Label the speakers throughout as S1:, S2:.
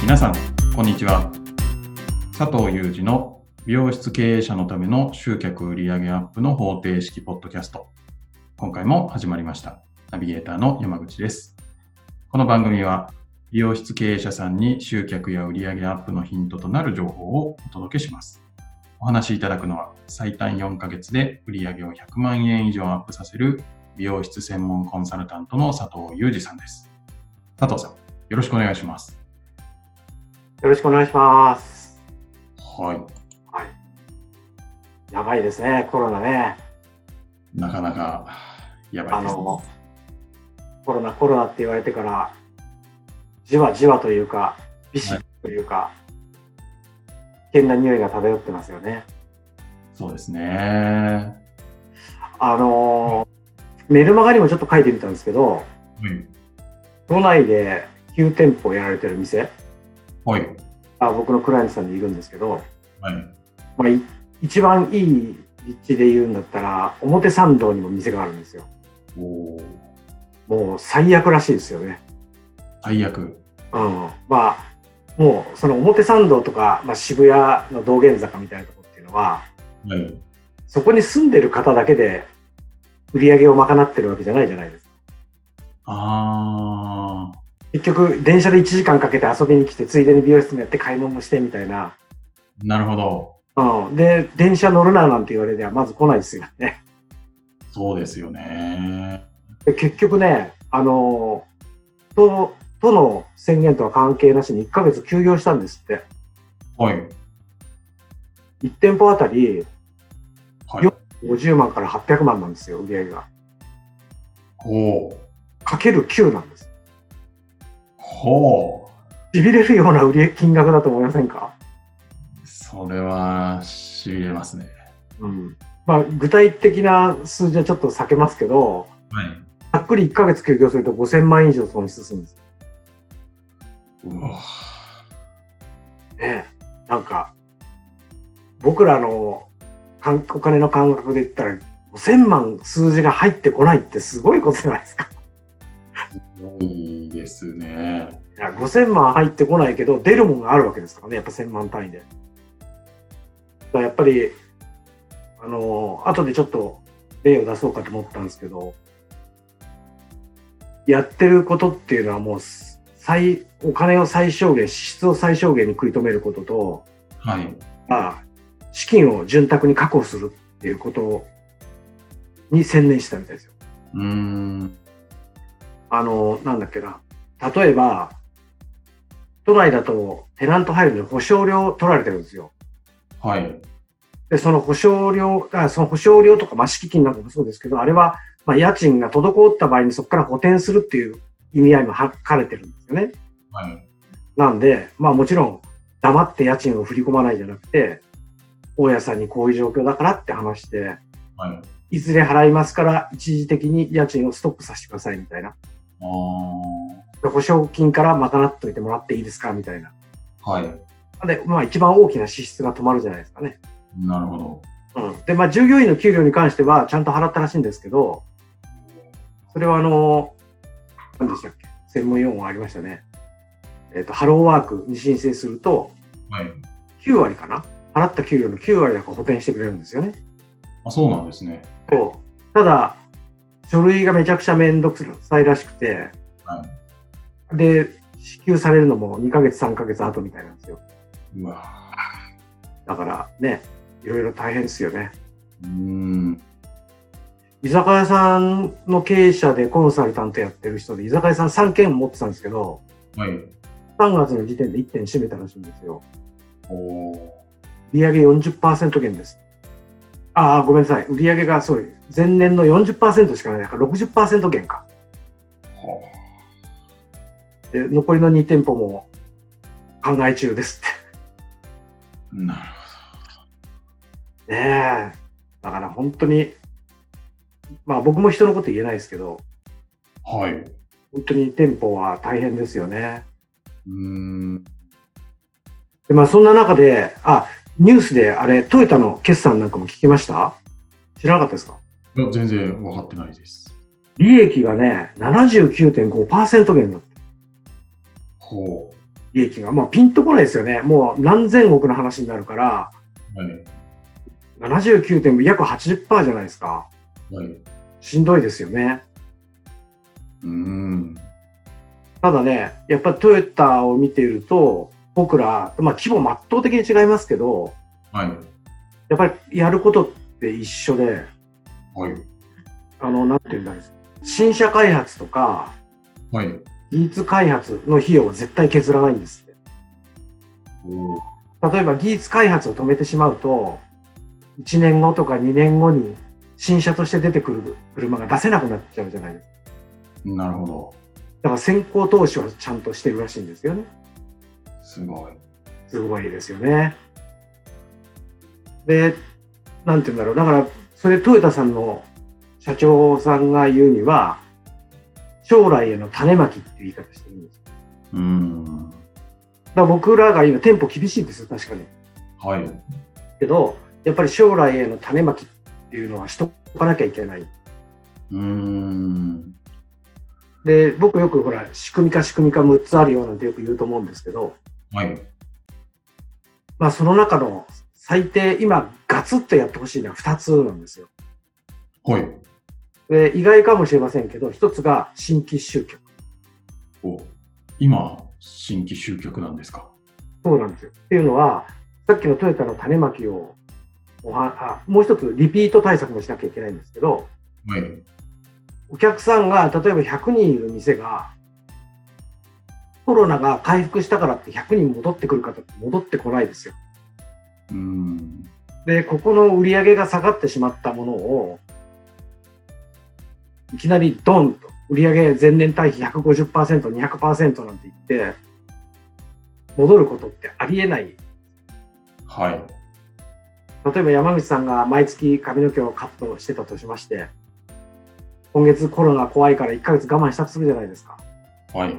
S1: 皆さん、こんにちは。佐藤祐二の美容室経営者のための集客売上アップの方程式ポッドキャスト。今回も始まりました。ナビゲーターの山口です。この番組は、美容室経営者さんに集客や売上アップのヒントとなる情報をお届けします。お話しいただくのは、最短4ヶ月で売上を100万円以上アップさせる美容室専門コンサルタントの佐藤裕二さんです。佐藤さん、よろしくお願いします。
S2: よろしくお願いします。
S1: はい。
S2: やばいですね、コロナね。
S1: なかなか、やば
S2: あ
S1: いですね。
S2: の、コロナ、コロナって言われてから、じわじわというか、ビシッというか、危険な匂いが漂ってますよね。
S1: そうですね。
S2: あのー、メルマガにもちょっと書いてみたんですけど、
S1: うん。
S2: 都内で9店舗やられてる店、
S1: はい。
S2: あ僕のクライアントさんでいるんですけど、
S1: はい。
S2: まあ、い一番いい立地で言うんだったら、表参道にも店があるんですよ。
S1: おおー。
S2: もう最悪らしいですよね。
S1: 最悪。
S2: うん、まあもうその表参道とか、まあ、渋谷の道玄坂みたいなところっていうのは
S1: はい。
S2: そこに住んでる方だけで売り上げを賄ってるわけじゃないじゃないですか
S1: ああ。
S2: 結局電車で1時間かけて遊びに来てついでに美容室もやって買い物もしてみたいな、
S1: なるほど。
S2: うん、で電車乗るななんて言われてはまず来ないですよね
S1: そうですよね。
S2: で結局ねあの都都の宣言とは関係なしに1ヶ月休業したんですって
S1: はい。
S2: 1店舗あたり
S1: はい。
S2: 50万から800万なんですよ売り上げが
S1: おお。
S2: かける9なんです
S1: ほ
S2: しびれるような売り上げ金額だと思いませんか、
S1: う。それは、しびれますね。
S2: うんまあ、具体的な数字はちょっと避けますけど、
S1: はい。
S2: ざっくり1ヶ月休業すると5000万円以上損失するんですよ
S1: うわ。
S2: ね。なんか、僕らのかんお金の感覚で言ったら、5000万数字が入ってこないってすごいことじゃないですか。
S1: すごいですね。
S2: いや5000万入ってこないけど、出るもんがあるわけですからね、やっぱ1000万単位で。だからやっぱり、あの、後でちょっと例を出そうかと思ったんですけど、やってることっていうのはもう、最、お金を最小限、支出を最小限に食い止めることと、
S1: はい。
S2: まあ、資金を潤沢に確保するっていうことに専念したみたいですよ。
S1: うーん。
S2: あの、なんだっけな。例えば、都内だとテナント入るのに保証料取られてるんですよ。
S1: はい。
S2: で、その保証料、あその保証料とか、まあ、敷金なんかもそうですけど、あれは、まあ、家賃が滞った場合にそこから補填するっていう意味合いもはかれてるんですよね。
S1: はい。
S2: なんで、まあもちろん、黙って家賃を振り込まないじゃなくて、大家さんにこういう状況だからって話して、
S1: はい。
S2: いずれ払いますから一時的に家賃をストップさせてくださいみたいな。
S1: ああ。
S2: で保証金から賄っといてもらっていいですかみたいな。
S1: はい。
S2: で、まあ一番大きな支出が止まるじゃないですかね。
S1: なるほど。
S2: うん。で、まあ従業員の給料に関してはちゃんと払ったらしいんですけど、それはあの、何でしたっけ専門用語ありましたね。えっ、と、ハローワークに申請すると、
S1: はい。
S2: 9割かな払った給料の9割だから補填してくれるんですよね。
S1: あ、そうなんですね。
S2: そう。ただ、書類がめちゃくちゃめんどくさいらしくて、
S1: は
S2: で、支給されるのも2ヶ月3ヶ月後みたいなんですよ。
S1: い。うわ。
S2: だからね、いろいろ大変ですよね。
S1: うーん。
S2: 居酒屋さんの経営者でコンサルタントやってる人で、居酒屋さん3軒持ってたんですけど、
S1: はい。
S2: 3月の時点で1点閉めたらしいんですよ。
S1: おお
S2: 売上40%減です。ああ、ごめんなさい。売上が、そう前年の40%しかない。だから60%減か。
S1: ー。はあ
S2: で、残りの2店舗も考え中ですっ
S1: なる
S2: て。 ねえ。だから本当に、まあ僕も人のこと言えないですけど、
S1: ほど。はい。う
S2: 本当に店舗は大変ですよね。
S1: ーん。
S2: でまあ、そんな中で、あ、ニュースであれ、トヨタの決算なんかも聞きました知らなかったですか
S1: いや、全然分かってないです。
S2: 利益がね、79.5%減だった。
S1: ほう。
S2: 利益が、まあ、ピンとこないですよね、もう何千億の話になるから、
S1: はい。
S2: 79点も約80%じゃないですか、
S1: はい。
S2: しんどいですよね。
S1: うん。
S2: ただね、やっぱりトヨタを見ていると、僕ら、まあ、規模も圧倒的に違いますけど、
S1: はい。
S2: やっぱりやることって一緒で、
S1: はい。
S2: あの、なんて言うんだろう、新車開発とか、
S1: はい。
S2: 技術開発の費用は絶対削らないんですって。
S1: おー
S2: 例えば技術開発を止めてしまうと、1年後とか2年後に新車として出てくる車が出せなくなっちゃうじゃないですか。
S1: なるほど。
S2: だから先行投資はちゃんとしてるらしいんですよね。
S1: すごい。
S2: すごいですよね。で、なんて言うんだろう。だから、それトヨタさんの社長さんが言うには、将来への種まきっていう言い方してるんですよ。
S1: うん。
S2: だから僕らが今、店舗厳しいんですよ、確かに。
S1: はい。
S2: けど、やっぱり将来への種まきっていうのはしとかなきゃいけない。
S1: うん。
S2: で、僕よくほら、仕組み化仕組み化6つあるよなんてよく言うと思うんですけど、
S1: はい。
S2: まあその中の最低、今ガツッとやってほしいのは2つなんですよ。
S1: はい。
S2: で、意外かもしれませんけど、1つが新規集客。
S1: お今、新規集客なんですか
S2: そうなんですよ。っていうのは、さっきのトヨタの種まきをおはあ、もう一つリピート対策もしなきゃいけないんですけど、
S1: はい。
S2: お客さんが例えば100人いる店がコロナが回復したからって100人戻ってくるかと戻ってこないですよ。
S1: うん。
S2: でここの売り上げが下がってしまったものをいきなりドンと売り上げ前年対比 150%200% なんて言って戻ることってありえない
S1: はい。
S2: 例えば山口さんが毎月髪の毛をカットしてたとしまして今月コロナ怖いから1ヶ月我慢したとするじゃないですか。
S1: はい。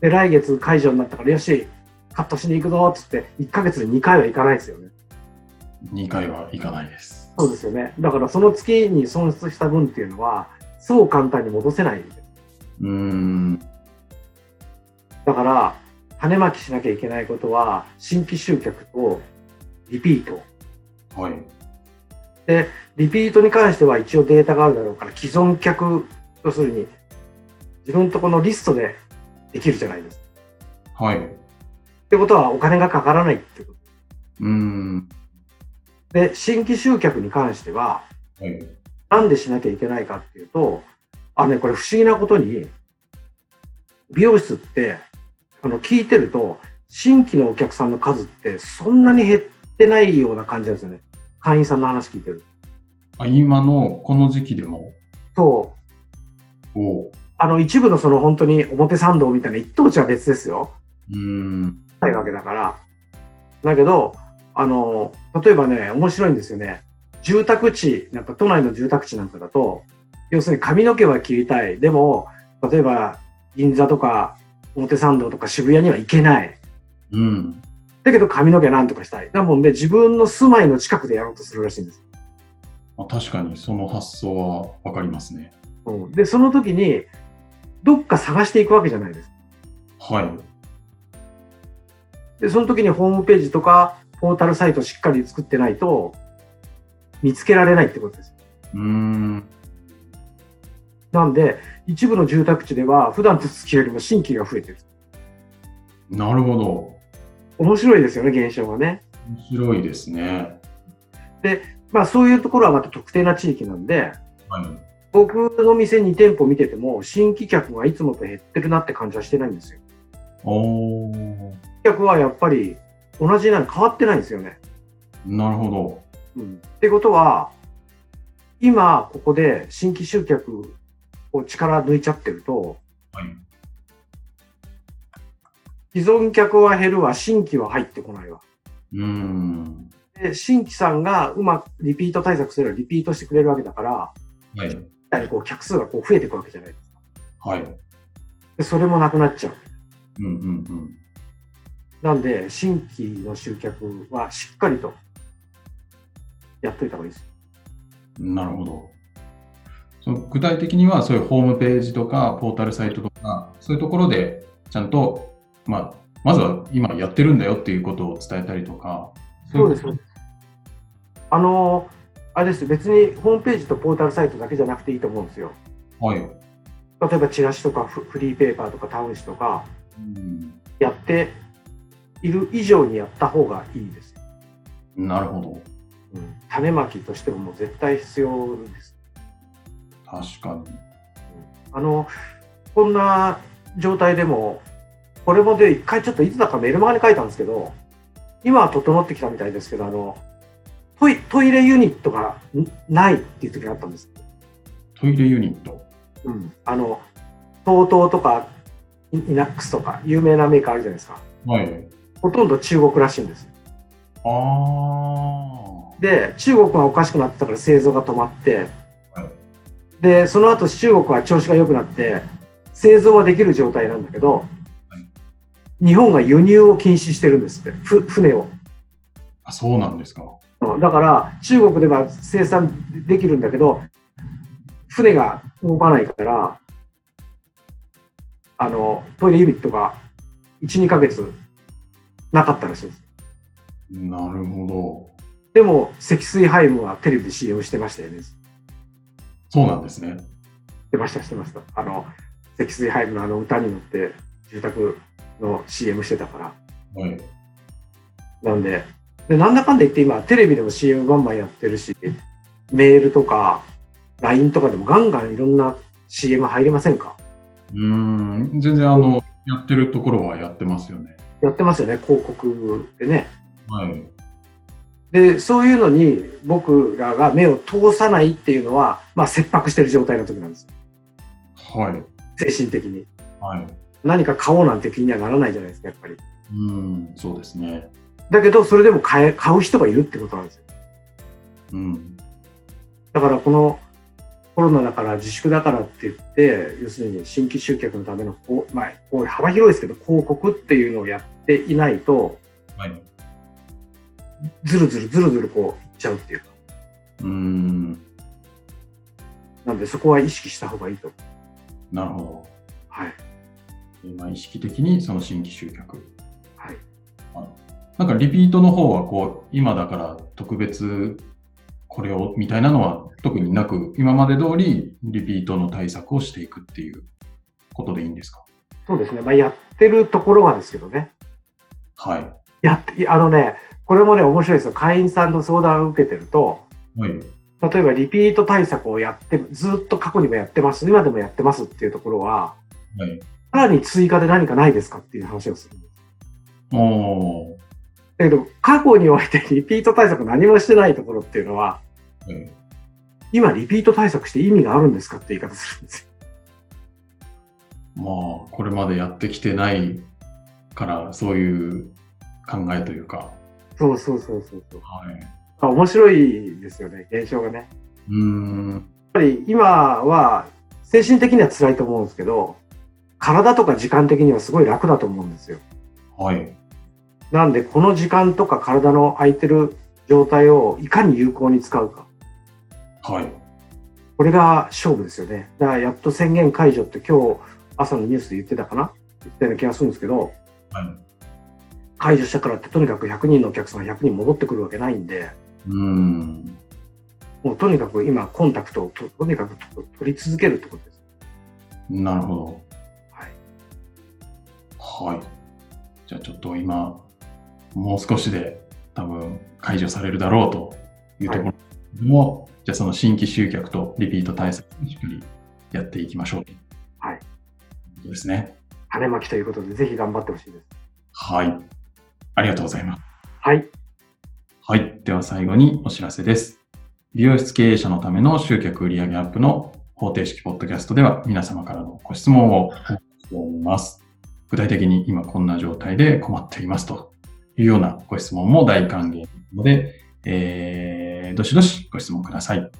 S2: で、来月解除になったから、よし、カットしに行くぞっつって、1ヶ月で2回は行かないですよね。
S1: 2回はいかないです。
S2: そうですよね。だから、その月に損失した分っていうのは、そう簡単に戻せない。
S1: うん。
S2: だから、種まきしなきゃいけないことは、新規集客とリピート。
S1: はい。
S2: リピートに関しては一応データがあるだろうから、既存客、要するに、自分とこのリストでできるじゃないですか。
S1: はい。
S2: ってことは、お金がかからないってこと。
S1: うん。
S2: で、新規集客に関しては、
S1: はい。
S2: なんでしなきゃいけないかっていうと、あのね、これ不思議なことに、美容室って、あの、聞いてると、新規のお客さんの数ってそんなに減ってないような感じなんですよね。会員さんの話聞いてる。
S1: あ今のこの時期でも、
S2: と、
S1: おう
S2: あの、一部のその本当に表参道みたいな一等地は別ですよ。
S1: うん。
S2: ないわけだから。だけど、あの、例えばね、面白いんですよね。住宅地、なんか都内の住宅地なんかだと、要するに髪の毛は切りたい。でも、例えば銀座とか表参道とか渋谷には行けない。
S1: うん。
S2: だけど髪の毛はなんとかしたい。なもんで、自分の住まいの近くでやろうとするらしいんです。
S1: あ確かにその発想はわかりますね。
S2: うんで、その時に、どっか探していくわけじゃないですか。
S1: はい。
S2: で、その時にホームページとか、ポータルサイトしっかり作ってないと、見つけられないってことです。
S1: うん。
S2: なんで、一部の住宅地では、普段と月よりも新規が増えてる。
S1: なるほど。
S2: 面白いですよね、現象がね。
S1: 面白いですね。
S2: まあ、そういうところはまた特定な地域なんで、
S1: はい。
S2: 僕の店2店舗見てても、新規客がいつもと減ってるなって感じはしてないんですよ。
S1: おー
S2: 客はやっぱり、同じなの変わってないんですよね。
S1: なるほど。
S2: うん。ってことは、今、ここで新規集客を力抜いちゃってると、
S1: はい。
S2: 既存客は減るわ、新規は入ってこないわ。
S1: うん。
S2: で、新規さんがうまくリピート対策すればリピートしてくれるわけだから、
S1: はい。
S2: みたいにこう客数がこう増えていくわけじゃないですか。
S1: はい。
S2: で、それもなくなっちゃう。
S1: うんうんうん。
S2: なんで、新規の集客はしっかりとやっといた方がいいです。
S1: なるほど。その具体的には、そういうホームページとか、ポータルサイトとか、そういうところで、ちゃんと、まあ、まずは今やってるんだよっていうことを伝えたりとか、
S2: そうです、そうです。あの、あれです、別にホームページとポータルサイトだけじゃなくていいと思うんですよ。
S1: はい。
S2: 例えばチラシとかフフリーペーパーとかタウン誌とか
S1: うん
S2: やっている以上にやった方がいいです。
S1: なるほど。
S2: うん、種まきとしてももう絶対必要です。
S1: 確かに。
S2: あの、こんな状態でも、これもで一回ちょっといつだかメルマガに書いたんですけど、今は整ってきたみたいですけど、あの、トイトイレユニットがんないっていう時があったんです。
S1: トイレユニット。
S2: うん、あの TOTO とかイイナックスとか有名なメーカーあるじゃないですか
S1: はい。
S2: ほとんど中国らしいんです
S1: ああ。
S2: で中国がおかしくなってたから製造が止まって、
S1: はい
S2: でその後中国は調子が良くなって製造はできる状態なんだけど、
S1: は
S2: 日本が輸入を禁止してるんですってふ船を
S1: あそうなんですか。
S2: うんだから中国では生産できるんだけど船が動かないからあのトイレユニットが12ヶ月なかったらしいです
S1: なるほど。
S2: でも積水ハイムはテレビで CM してましたよね
S1: そうなんですね。
S2: してましたしてましたあの積水ハイムのあの歌に乗って住宅の CM してたから
S1: はい。
S2: なんででなんだかんだ言って今テレビでも CM バンバンやってるしメールとか LINE とかでもガンガンいろんな CM 入りませんか
S1: うーん。全然あの、やってるところはやってますよね。
S2: やってますよね広告でね
S1: はい。
S2: でそういうのに僕らが目を通さないっていうのは、まあ、切迫してる状態の時なんです
S1: はい。
S2: 精神的に
S1: はい。
S2: 何か買おうなんて気にはならないじゃないですかやっぱり
S1: うーん。そうですね。
S2: だけどそれでも買え買う人がいるってことなんですよ
S1: うん。
S2: だからこのコロナだから自粛だからって言って要するに新規集客のためのこう、まあ、こう幅広いですけど広告っていうのをやっていないと
S1: はい。
S2: ずるずるずるずるこういっちゃうっていうか
S1: うーん。
S2: なんでそこは意識した方がいいと思う
S1: なるほど。
S2: はい
S1: 今意識的にその新規集客。
S2: はい
S1: なんかリピートの方はこう今だから特別これをみたいなのは特になく今まで通りリピートの対策をしていくっていうことでいいんですか
S2: そうですね、まあ、やってるところはですけどね
S1: はい。
S2: やってあのねこれもね面白いですよ会員さんの相談を受けてると
S1: はい。
S2: 例えばリピート対策をやってずっと過去にもやってます今でもやってますっていうところは
S1: はい。
S2: さらに追加で何かないですかっていう話をするんです
S1: おー。
S2: だけど、過去においてリピート対策何もしてないところっていうのは、
S1: はい、
S2: 今リピート対策して意味があるんですかって言い方するんですよ。
S1: まあ、これまでやってきてないから、そういう考えというか。
S2: そうそうそうそうそう。
S1: はい。
S2: あ面白いですよね、現象がね。やっ
S1: うーん。
S2: ぱり今は、精神的には辛いと思うんですけど、体とか時間的にはすごい楽だと思うんですよ。
S1: はい。
S2: なんで、この時間とか体の空いてる状態をいかに有効に使うか。
S1: はい。
S2: これが勝負ですよね。だからやっと宣言解除って今日朝のニュースで言ってたかな言ってたような気がするんですけど、
S1: は
S2: 解除したからってとにかく100人のお客さんが100人戻ってくるわけないんで、
S1: い。うーん。
S2: もうとにかく今コンタクトをととにかくと取り続けるってことです。
S1: なるほど。
S2: はい。
S1: はい。じゃあちょっと今、もう少しで多分解除されるだろうというところも、じゃあその新規集客とリピート対策をしっかりやっていきましょうと。
S2: はい。
S1: ですね。
S2: 種まきということでぜひ頑張ってほしいです。
S1: はい。ありがとうございます。
S2: はい。
S1: はい。では最後にお知らせです。美容室経営者のための集客売上アップの方程式ポッドキャストでは皆様からのご質問をお待ちしております。具体的に今こんな状態で困っていますというようなご質問も大歓迎なので、えー、どしどしご質問ください。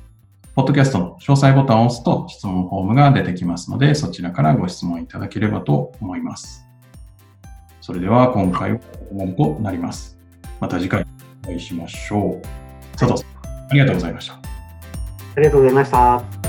S1: ポッドキャストの詳細ボタンを押すと質問フォームが出てきますので、そちらからご質問いただければと思います。それでは今回はここまでとなります。また次回お会いしましょう。佐藤さん、ありがとうございました。
S2: ありがとうございました。